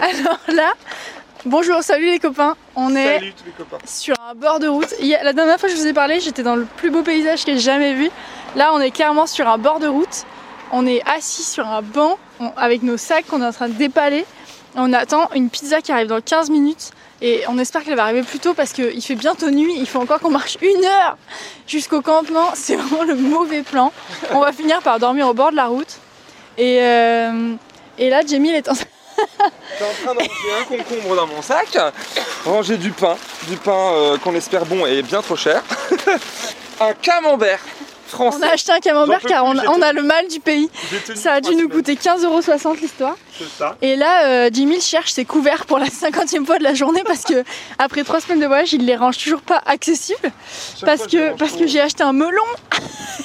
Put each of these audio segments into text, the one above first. Alors là, bonjour, salut les copains. On est Salut tous les copains. sur un bord de route. Il y a- La dernière fois que je vous ai parlé, j'étais dans le plus beau paysage que j'ai jamais vu. Là, on est clairement sur un bord de route. On est assis sur un banc on- avec nos sacs qu'on est en train de dépaler. On attend une pizza qui arrive dans 15 minutes et on espère qu'elle va arriver plus tôt parce qu'il fait bientôt nuit. Il faut encore qu'on marche une heure jusqu'au campement. C'est vraiment le mauvais plan. On va finir par dormir au bord de la route. Et, euh, et là, Jamie elle est en J'étais en train de ranger un concombre dans mon sac, ranger du pain, du pain euh, qu'on espère bon et bien trop cher, un camembert On a français. acheté un camembert J'en peux car on plus, a, j'ai on a tenu. le mal du pays. J'ai tenu Ça a trois dû nous semaines. coûter 15,60€ l'histoire. C'est ça. Et là, euh, Jimmy le cherche ses couverts pour la 50e fois de la journée parce que après 3 semaines de voyage, il les range toujours pas accessibles Chaque parce fois, je que, mange parce trop. que j'ai acheté un melon.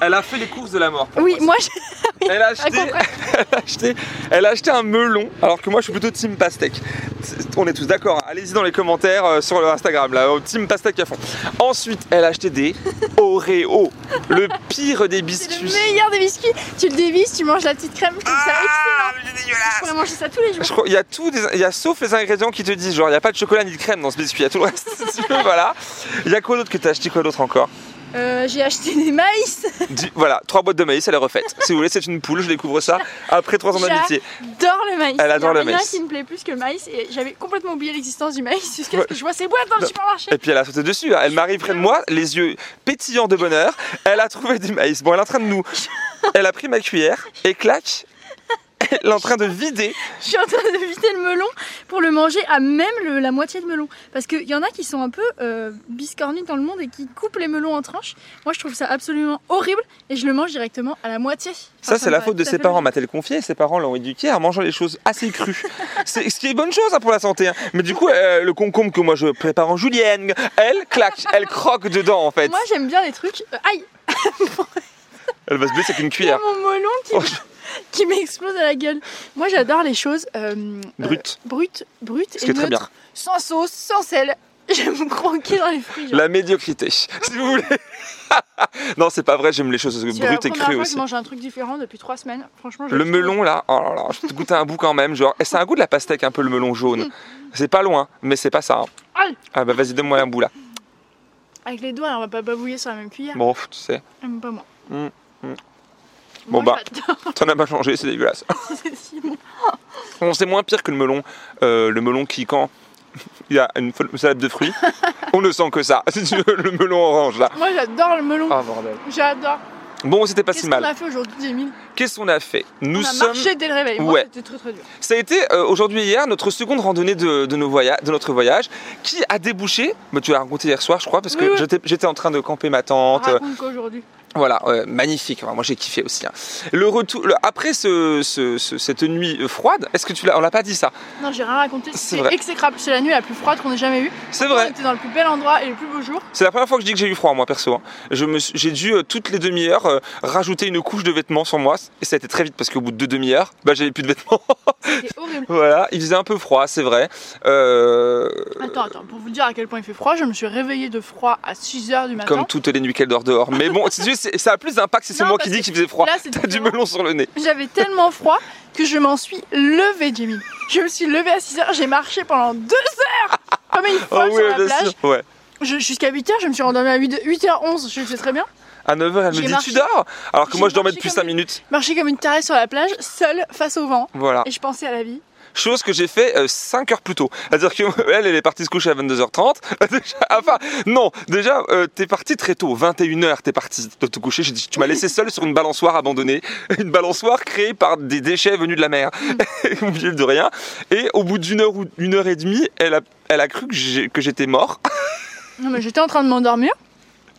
Elle a fait les courses de la mort. pour Oui, moi, moi j'ai Elle a, acheté, compris. elle a acheté- elle a acheté un melon, alors que moi je suis plutôt team pastèque. C'est- On est tous d'accord, hein. allez-y dans les commentaires euh, sur le Instagram, là, au team pastèque à fond. Ensuite, elle a acheté des Oreo, le pire des c'est le biscuits. meilleur des biscuits. Tu le dévises, tu manges la petite crème, je trouve ça excellent. Ah, mais c'est Je dégueulasse pourrais manger ça tous les jours. Je crois- Il y a tout, des- il y a sauf les ingrédients qui te disent, genre il n'y a pas de chocolat ni de crème dans ce biscuit, il y a tout le reste, si tu veux, voilà. Il y a quoi d'autre que t'as acheté, quoi d'autre encore Euh, j'ai acheté des maïs Du- Voilà, trois boîtes de maïs, elle est refaite. Si vous voulez, c'est une poule, je découvre ça après trois ans J'a- d'amitié. J'adore le maïs. Elle adore Il y a le rien maïs. qui me plaît plus que le maïs et j'avais complètement oublié l'existence du maïs jusqu'à Ouais. ce que je vois ces boîtes dans le Non. supermarché. Et puis elle a sauté dessus. hein. Elle m'arrive près de moi, les yeux pétillants de bonheur. Elle a trouvé du maïs. Bon, elle est en train de nous. Elle a pris ma cuillère et clac. Elle est en train de vider. Je suis en train de vider le melon pour le manger à même le- la moitié de melon. Parce qu'il y en a qui sont un peu euh, biscornus dans le monde et qui coupent les melons en tranches. Moi, je trouve ça absolument horrible et je le mange directement à la moitié. Enfin, Ça, Ah, me c'est la paraît faute de tout à ses fait parents. M'a-t-elle confié Ses parents l'ont éduquée en mangeant les choses assez crues. C'est ce qui est bonne chose hein, pour la santé. hein. Mais du coup, euh, le concombre que moi je prépare en julienne, elle claque, elle croque dedans en logique. fait. Moi, j'aime bien les trucs. euh, aïe Elle va se blesser avec une Il y a cuillère. mon melon qui, Oh. qui m'explose à la gueule. Moi, j'adore les choses euh, euh, Brute. brutes, brutes Ce qui et est très bien. neutres. Sans sauce, sans sel. J'aime croquer dans les fruits. genre. La médiocrité, si vous voulez. non, c'est pas vrai, j'aime les choses C'est brutes la et première fois crues que aussi. je mange un truc différent depuis trois semaines. Franchement, je Le trouve- melon là, oh là là, je te goûte un bout quand même, genre, eh, c'est un goût de la pastèque un peu le melon jaune. C'est pas loin, mais c'est pas ça. hein. Hum. Aïe. Ah bah vas-y donne-moi un bout là. Avec les doigts, alors on va pas babouiller sur la même cuillère. Bon, pff, tu sais, J'aime pas moi. Mm, mm. Moi, Bon, bah. j'adore t'en as pas changé, c'est dégueulasse. ces ciments. Bon, c'est moins pire que le melon, euh, le melon qui quand il y a une fol- salade de fruits, on ne sent que ça. Si tu veux, le melon orange là. Moi j'adore le melon. Ah bordel. J'adore. Bon, c'était pas Qu'est-ce si qu'on mal. a fait aujourd'hui, Jamie Qu'est-ce qu'on a fait Nous On a sommes. marché dès le réveil. Moi Ouais. c'était très très dur. Ça a été euh, aujourd'hui et hier notre seconde randonnée de, de nos voya- de notre voyage qui a débouché. Bah, tu l'as raconté hier soir, je crois, parce que Oui, Ah. oui. j'étais- j'étais en train de camper ma tente. euh, Raconte qu'aujourd'hui. Voilà, ouais, magnifique. Moi, j'ai kiffé aussi. hein. Le retour le- après ce- ce- ce- cette nuit euh, froide, est-ce que tu l'as On l'a pas dit ça. Non, j'ai rien raconté. C'est C'est vrai. exécrable. C'est la nuit la plus froide qu'on ait jamais eue. C'est On vrai. était dans le plus bel endroit et le plus beau jour. C'est la première fois que je dis que j'ai eu froid, moi perso. hein. Je me suis- j'ai dû euh, toutes les demi-heures euh, rajouter une couche de vêtements sur moi, et ça a été très vite parce qu'au bout de deux demi-heures, bah j'avais plus de vêtements. C'était horrible. voilà, il faisait un peu froid, c'est vrai. Euh, Attends, attends. Pour vous dire à quel point il fait froid, je me suis réveillée de froid à 6h du matin. comme toutes les nuits qu'elle dort dehors. Mais bon, c'est juste- c'est- ça a plus d'impact si c'est Non, moi parce qui dis que qu'il faisait froid. Là, c'est T'as du différent. melon sur le nez. J'avais tellement froid que je m'en suis levée, Jamie. Je me suis levée à 6h, j'ai marché pendant 2 heures comme une Ah folle sur la plage. Ouais. Je- Jusqu'à 8h, je me suis rendormie à 8h11, je le sais très bien. À 9h, elle me J'ai dit marché- Tu dors Alors que J'ai moi, je dormais marché depuis comme 5 une- minutes. Marcher comme une tarée sur la plage, seule, face au vent. Voilà. Et je pensais à la vie. Chose que j'ai fait 5 heures plus tôt. C'est-à-dire que elle, elle est partie se coucher à 22h30. Déjà, enfin, non, déjà, euh, t'es partie très tôt, 21h, t'es partie de te coucher. J'ai dit, tu m'as laissé seule sur une balançoire abandonnée, une balançoire créée par des déchets venus de la mer, Mm. au milieu de rien. Et au bout d'une heure ou une heure et demie, elle a, elle a cru que j'ai- que j'étais mort. Non, mais j'étais en train de m'endormir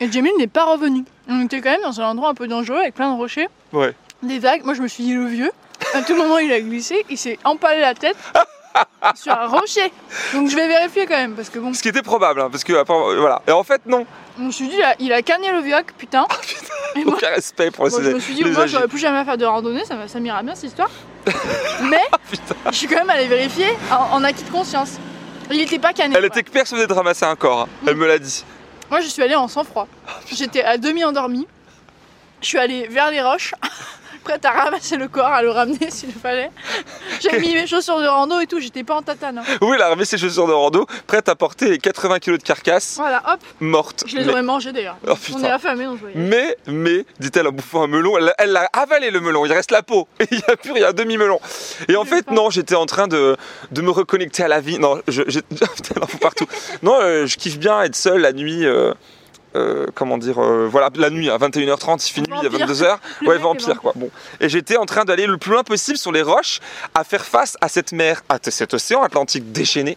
et Jamie n'est pas revenu. On était quand même dans un endroit un peu dangereux avec plein de rochers, Ouais. des vagues. Moi, je me suis dit, le vieux, à tout moment, il a glissé, il s'est empalé la tête sur un rocher. Donc, je vais vérifier quand même parce que bon, Ce qui était probable, hein, parce que, apparemment, euh, voilà. Et en fait, non, je me suis dit, il a, il a cagné le vioc, putain. Ah, Et moi, aucun respect pour Bon, ces- je me suis dit, les moi, âgés. j'aurais plus jamais à faire de randonnée, ça, va- ça m'ira bien cette histoire. Mais je suis quand même allée vérifier en, en acquis de conscience. Il était pas cané. Elle quoi. était que persuadée de ramasser un corps, hein. elle Mm. me l'a dit. Moi, je suis allée en sang-froid. J'étais à demi endormie. Je suis allée vers les roches prête à ramasser le corps, à le ramener s'il le fallait. J'ai mis mes chaussures de rando et tout, j'étais pas en tatane. hein. Oui, elle a remis ses chaussures de rando, prête à porter les 80 kg de carcasse, Voilà, hop, morte. je les Mais- aurais mangées d'ailleurs. Oh, On est putain. Mmh. affamés, donc je voyais. Mais, mais, dit-elle en bouffant un melon, elle, elle a avalé le melon, il reste la peau, et il n'y a plus rien, demi-melon. Et en Je fait, sais pas. non, j'étais en train de, de me reconnecter à la vie. Non, je, j'ai- putain, elle en fout partout. Non, euh, je kiffe bien être seul la nuit. euh, euh, comment dire, euh, voilà, la nuit à 21h30, il finit à Vampire. 22h. Le Ouais, mec est vampire quoi. Bon. Et j'étais en train d'aller le plus loin possible sur les roches à faire face à cette mer, à t- cet océan Atlantique déchaîné.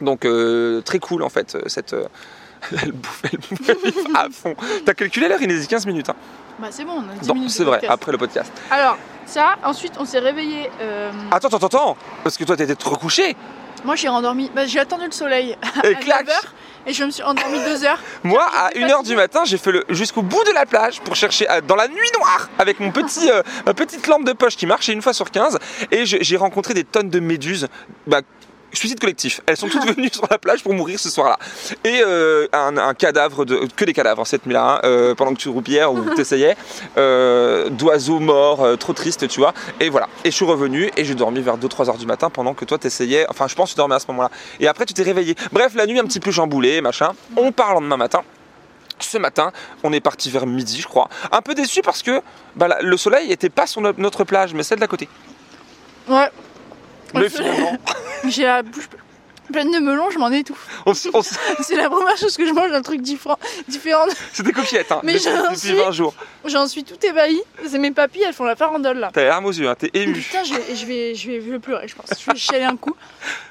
Donc euh, très cool en fait, euh, cette. euh, Elle bouffe, elle bouffe elle bouffe à fond. T'as calculé l'heure, il est 15 minutes. Hein. Bah c'est bon, on a 10 Non, minutes c'est de vrai, podcast. après Ah. le podcast. Alors, ça, ensuite on s'est réveillé. euh, Attends, attends, attends, parce que toi t'étais trop couché. Moi j'ai rendormi, bah, j'ai attendu le soleil Et à clac 9h et je me suis endormi 2 heures. Moi, à j'étais 1h fatiguée. du matin, j'ai fait le jusqu'au bout de la plage pour chercher à- dans la nuit noire avec mon petit, euh, ma petite lampe de poche qui marchait une fois sur 15 et je- j'ai rencontré des tonnes de méduses. Bah, Suicide collectif. Elles sont toutes venues sur la plage pour mourir ce soir-là. Et euh, un, un cadavre de que des cadavres cette nuit-là hein, euh, pendant que tu roupières ou t'essayais euh, d'oiseaux morts, euh, trop triste, tu vois. Et voilà. Et je suis revenu et j'ai dormi vers 2-3 heures du matin pendant que toi t'essayais. Enfin, je pense que tu dormais à ce moment-là. Et après tu t'es réveillé. Bref, la nuit un petit peu chamboulée, machin. On part le lendemain matin. Ce matin, on est parti vers midi, je crois. Un peu déçu parce que bah, la- le soleil n'était pas sur no- notre plage, mais celle d'à côté. Ouais, Mais finalement, j'ai la bouche pleine de melon, je m'en étouffe. on s- on s- C'est la première chose que je mange, un truc diffé- différent. c'était coquillette hein, Mais depuis, j'en depuis suis- 20 jours. J'en suis tout ébahie. C'est mes papilles, elles font la farandole là. T'as les larmes aux yeux, hein, t'es ému. Putain, je vais, je, vais, je, vais, je vais pleurer, je pense. Je vais chialer un coup.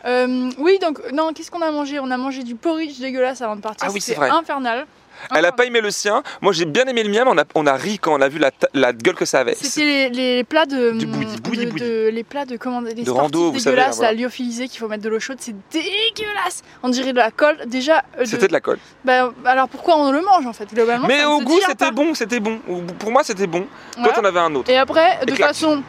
Euh, oui, donc, non, qu'est-ce qu'on a mangé On a mangé du porridge dégueulasse avant de partir. Ah oui, c'est C'était vrai. infernal. Elle a Infernal. pas aimé le sien. Moi, j'ai bien aimé le mien, mais on a, on a ri quand on a vu la, ta- la gueule que ça avait. C'est- C'était les, les plats de, Du bouilli, bouilli, de- bouilli. de- les plats de comment les De rando, sportifs vous savez, là, dégueulasses, voilà. la lyophilisée qu'il faut mettre de l'eau chaude, c'est dégueulasse. On dirait de la colle déjà. euh, de- C'était de la colle. Bah, alors pourquoi on le mange en fait globalement Mais ça ne au se goût, digère c'était pas. bon, c'était bon. Au- Pour moi, c'était bon. Voilà. Toi, t'en avais un autre. Et après, de claque. façon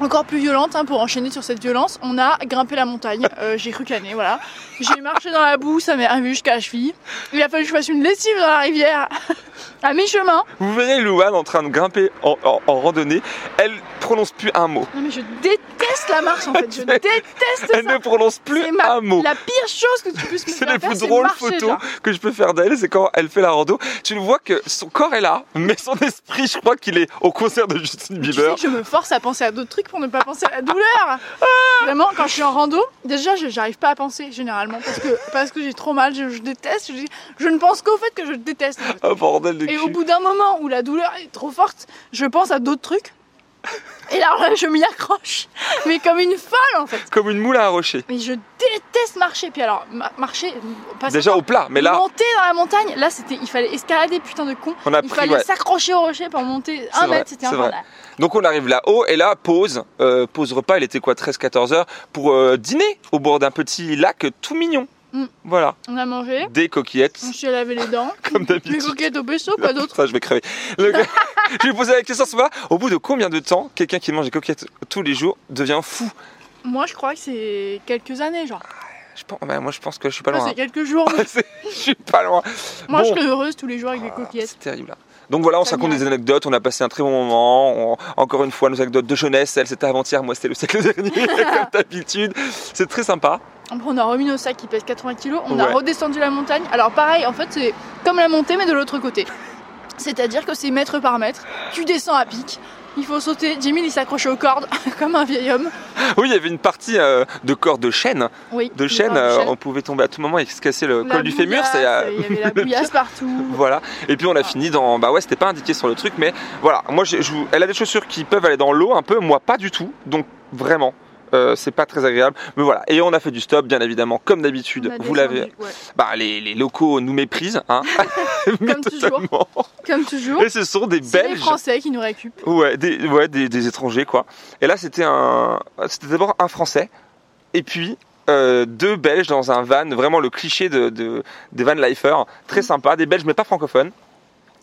encore plus violente, hein, pour enchaîner sur cette violence, on a grimpé la montagne. Euh, j'ai cru caner, voilà. J'ai marché dans la boue, ça m'est arrivé jusqu'à la cheville. Il a fallu que je fasse une lessive dans la rivière à mi-chemin. Vous verrez Louane en train de grimper en, en- en randonnée. Elle prononce plus un mot. Non mais je déteste la marche en fait, je déteste Elle ça. ne prononce plus C'est ma- un mot. La pire chose que tu puisses me C'est faire les faire, plus c'est drôles marcher, photos genre. que je peux faire d'elle, c'est quand elle fait la rando. Tu le vois que son corps est là, mais son esprit, je crois qu'il est au concert de Justin Tu sais Bieber. Ah. que je me force à penser à d'autres trucs pour ne pas penser à la douleur. Vraiment, quand je suis en rando, déjà, je- j'arrive pas à penser généralement parce que parce que j'ai trop mal, je, je déteste. Je, je ne pense qu'au fait que je déteste. en fait. Ah bordel de Et au cul. bout d'un moment où la douleur est trop forte, je pense à d'autres trucs. Et là, là, je m'y accroche, mais comme une folle en fait. Comme une moule à un rocher. Mais je déteste marcher. Puis alors, ma- marcher, Ah, pas Déjà au plat, mais là, monter dans la montagne, là, c'était, il fallait escalader, putain de con. on a Il pris. fallait ouais. s'accrocher au rocher pour monter C'est un vrai, mètre, c'était c'est vrai. infernal. Donc on arrive là-haut et là, pause, euh, pause repas, il était quoi, 13-14 heures, pour euh, dîner au bord d'un petit lac tout mignon. Mm. Voilà, On a mangé, des coquillettes. on s'est lavé les dents, Comme les d'habitude. coquettes au vaisseau, quoi d'autre. Putain, je vais crever. Le- je vais poser la question ce soir. Au bout de combien de temps, quelqu'un qui mange des coquillettes tous les jours devient fou Moi, je crois que c'est quelques années, genre. je pense, ouais, Moi, je pense que je suis pas Enfin, loin. Ah, c'est quelques jours. mais C'est- je suis pas loin. Moi, Bon. je serais heureuse tous les jours avec des Ah, coquillettes. C'est terrible. là. Donc voilà, on se Ça raconte vient. des anecdotes, on a passé un très bon moment. on- Encore une fois, nos anecdotes de jeunesse, elle c'était avant-hier, moi c'était le siècle dernier, comme d'habitude. C'est très sympa. Après, on a remis nos sacs qui pèsent 80 kg, on Ouais. a redescendu la montagne. Alors, pareil, en fait, c'est comme la montée, mais de l'autre côté. C'est-à-dire que c'est mètre par mètre, tu descends à pic, il faut sauter. Jimmy, il s'accroche aux cordes comme un vieil homme. Oui, il y avait une partie euh, de corps de chêne. Oui, De chêne, cordes de euh, chêne. on pouvait tomber à tout moment et se casser le La col du fémur. bouillasse, C'est euh, Il y avait la bouillasse partout. Voilà. Et puis on a fini dans. Bah ouais, c'était pas indiqué sur le truc, mais voilà. Moi, j'ai- je vous- elle a des chaussures qui peuvent aller dans l'eau un peu, moi pas du tout. Donc vraiment. euh, c'est pas très agréable, mais voilà. Et on a fait du stop, bien évidemment, comme On d'habitude. a Vous descendu, l'avez. ouais. Bah, les, les locaux nous méprisent, hein. Mais Comme toujours. totalement. Comme toujours. Et ce sont des C'est les Belges. Français qui nous récupèrent. Ouais, des, ouais, des, des étrangers, quoi. Et là, c'était un. C'était d'abord un Français, et puis. euh, deux Belges dans un van, vraiment le cliché de, de- des van lifers, très Mhm. sympa, des Belges mais pas francophones,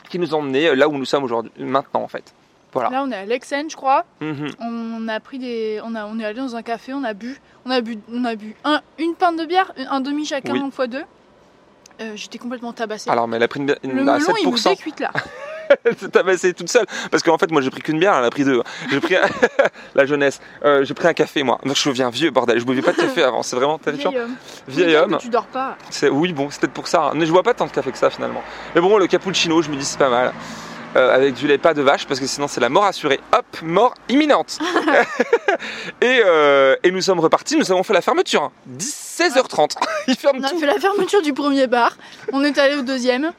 qui nous ont emmenés là où nous sommes aujourd'hui, maintenant en fait. Voilà. Là, on est à Lexen, je crois. Mhm. On a pris des, on a, on est allé dans un café, on a bu, on a bu, on a bu un, une pinte de bière, un, un demi chacun, Oui. donc fois deux. Euh, J'étais complètement tabassée. Alors, mais elle a pris une, une- le à melon, il me 7%. décuite là. T'avais essayé toute seule. Parce qu'en fait, moi, j'ai pris qu'une bière, elle a pris deux. J'ai pris un- la jeunesse. Euh, j'ai pris un café, moi. Non, je deviens vieux, bordel. Je buvais pas de café avant. C'est vraiment terrifiant. Vieil Vieil homme. Dis-toi que homme. Tu dors pas. C'est- Oui, bon, c'est peut-être pour ça. hein. Mais je bois pas tant de café que ça finalement. Mais bon, le cappuccino, je me dis c'est pas mal. Euh, avec du lait pas de vache parce que sinon c'est la mort assurée. Hop, mort imminente. et, euh, et nous sommes repartis, nous avons fait la fermeture. hein. 16h30. Ils ferment On a tout. fait la fermeture du premier bar. On est allé au deuxième.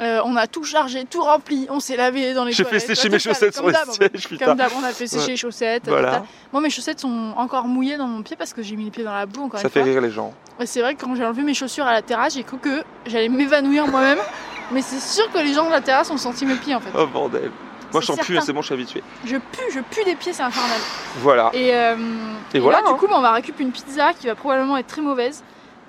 Euh, on a tout chargé, tout rempli. On s'est lavé dans les J'ai fait toilettes. sécher mes Comme d'hab, chaussettes comme sur le d'hab, en fait. siège, putain. Comme d'hab, on a fait sécher Ouais. les chaussettes. Voilà. tata. Moi, mes chaussettes sont encore mouillées dans mon pied parce que j'ai mis les pieds dans la boue encore Ça une fait fois. rire les gens. Et C'est vrai que quand j'ai enlevé mes chaussures à la terrasse, j'ai cru que j'allais m'évanouir moi-même. Mais c'est sûr que les gens de la terrasse ont senti mes pieds en fait. Oh bordel. Moi hein, je C'est sens plus, certain. c'est bon, je suis habitué. Je pue, je pue des pieds, c'est infernal. Voilà. Et, euh, Ah. Et voilà, là, hein. du coup, bah, on va récupérer une pizza qui va probablement être très mauvaise,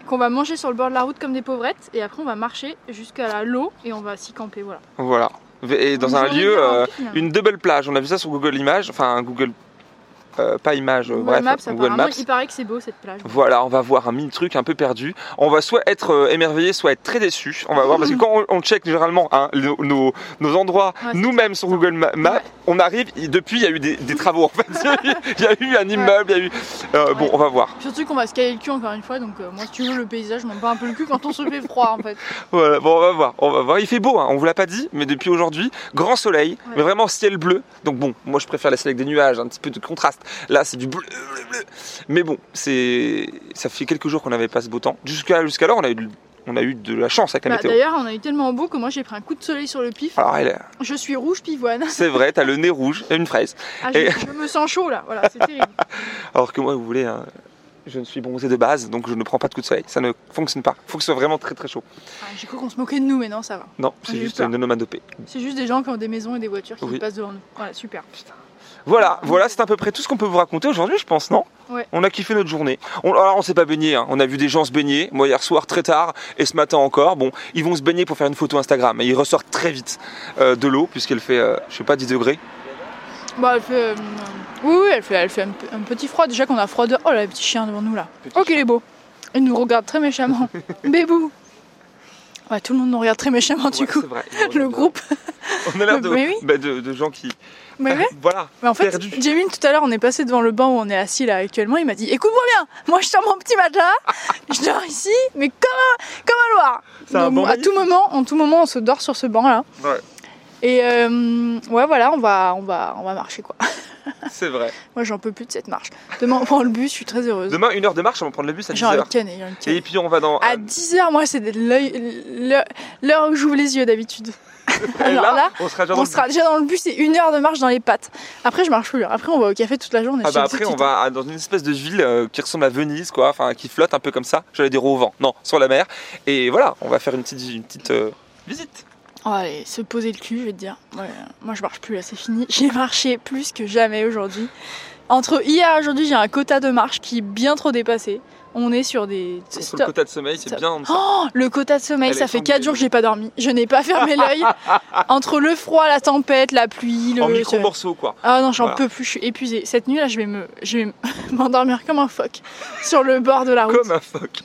qu'on va manger sur le bord de la route comme des pauvrettes, et après on va marcher jusqu'à la- l'eau et on va s'y camper. Voilà. Voilà. Et dans Une un journée lieu, bien euh, remplie, hein. une double plage. On a vu ça sur Google Images, enfin Google. euh, pas Images, euh, Google bref, Maps, Google apparemment, Maps. il paraît que c'est beau cette plage. Voilà, on va voir un mini truc un peu perdu. On va soit être euh, émerveillé, soit être très déçu. On va voir parce que quand on, on check généralement hein, nos, nos- nos endroits Ouais, c'est nous-mêmes sur Google Ma- Maps, Ouais. on arrive. et Depuis, il y a eu des, des travaux. En fait, il y a eu un immeuble. Il y a eu. euh, Bon, Ouais. on va voir. Surtout qu'on va se caler le cul encore une fois, donc euh, moi, si tu veux, le paysage m'en bat un peu le cul quand on se fait froid en fait. Voilà, bon, on va voir. On va voir. Il fait beau. Hein, on vous l'a pas dit, mais depuis aujourd'hui, grand soleil, Ouais. mais vraiment ciel bleu. Donc bon, moi je préfère laisser avec des nuages, un petit peu de contraste. Là, c'est du bleu, bleu, bleu. Mais bon, c'est. Ça fait quelques jours qu'on n'avait pas ce beau temps. Jusqu'à jusqu'alors, on a eu. de- On a eu de la chance avec la Bah, météo. D'ailleurs, on a eu tellement beau que moi j'ai pris un coup de soleil sur le pif. Alors, elle, Je suis rouge pivoine. c'est vrai, t'as le nez rouge et une fraise. Ah, je, Et- je me sens chaud là, voilà, c'est terrible. Alors que moi, vous voulez, hein, je ne suis bronzé de base, donc je ne prends pas de coup de soleil. Ça ne fonctionne pas. Faut que ce soit vraiment très très chaud. Ah, J'ai cru qu'on se moquait de nous, mais non, ça va. Non, c'est Ah, J'ai eu juste peur. une onomatopée. C'est juste des gens qui ont des maisons et des voitures qui Oui. passent devant nous. Voilà, super. Voilà, voilà, c'est à peu près tout ce qu'on peut vous raconter aujourd'hui, je pense, non Ouais. On a kiffé notre journée. On, alors, on s'est pas baigné, hein. on a vu des gens se baigner. Moi, hier soir, très tard, et ce matin encore. Bon, ils vont se baigner pour faire une photo Instagram, et ils ressortent très vite euh, de l'eau, puisqu'elle fait, euh, je sais pas, 10 degrés. Bah, elle fait. euh, oui, oui, elle fait, elle fait un, p- un petit froid. Déjà qu'on a froid dehors. Oh là, le petit chien devant nous là. oh, qu'il est beau. Il nous regarde très méchamment. Bébou. Ouais, tout le monde nous regarde très méchamment Ouais, du coup. c'est vrai. Le groupe. On a l'air de, Mais oui. bah, de, de gens qui. Mais ouais. Voilà. Mais en fait, Perdu. Jamie, tout à l'heure, on est passé devant le banc où on est assis là actuellement. Il m'a dit Écoute-moi bien, moi je sors mon petit matelas, je dors ici, mais comme un, comme un loir. C'est un banc à tout moment, en tout moment, on se dort sur ce banc là. Ouais, Et euh, ouais, voilà, on va, on va, on va marcher quoi. c'est vrai. Moi, j'en peux plus de cette marche. Demain, on prend le bus, je suis très heureuse. Demain, une heure de marche, on va prendre le bus à 10 J'ai envie de heures. canner, j'ai envie de canner. Et puis on va dans. euh, À 10h, moi, c'est de l'œil- l'heure l'heure où j'ouvre les yeux d'habitude. Et Alors là, on sera déjà dans On le- sera déjà dans le bus, c'est une heure de marche dans les pattes. Après, je marche plus. Après, on va au café toute la journée. Ah je bah suis après on petite. va à- dans une espèce de ville euh, qui ressemble à Venise quoi, enfin qui flotte un peu comme ça, j'allais dire au vent, non, sur la mer. Et voilà, on va faire une petite, une petite euh, visite. Oh, allez, se poser le cul, je vais te dire. Ouais, euh, moi, je marche plus là, c'est fini. J'ai marché plus que jamais aujourd'hui. Entre hier et aujourd'hui, j'ai un quota de marche qui est bien trop dépassé. On est sur des. Sur le stop. quota de sommeil, c'est Stop. bien. ça. Oh, le quota de sommeil, Elle est ça fait 4 sanglée. jours que j'ai pas dormi. Je n'ai pas fermé l'œil. Entre le froid, la tempête, la pluie, le. en micro morceau quoi. Ah non, j'en Voilà. peux plus, je suis épuisée. Cette nuit là, je vais me je vais m'endormir comme un phoque sur le bord de la route. Comme un phoque.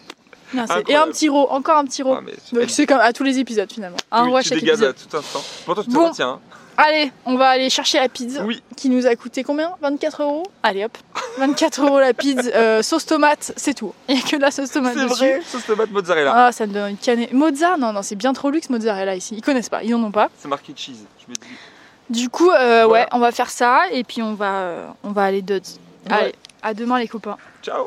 Non, c'est- et un incroyable. petit rot, encore un petit rot. Ah, mais tu- Donc c'est comme à tous les épisodes finalement. Un tu- rot à tu chaque dégages à épisode. tout instant. Pourtant tu te Bon. retiens. hein. Allez, on va aller chercher la pizza Oui, qui nous a coûté combien 24 euros Allez hop, 24 euros la pizza, euh, sauce tomate, c'est tout. Il n'y a que de la sauce tomate c'est dessus. vrai, sauce tomate mozzarella. Ah, ça me donne une canette. Mozza Non, non, c'est bien trop luxe mozzarella ici. Ils connaissent pas, ils n'en ont pas. C'est marqué cheese. Je me dis. Du coup, euh, Voilà. ouais, on va faire ça et puis on va, euh, on va aller d'autres. Ouais. Allez, à demain les copains. Ciao.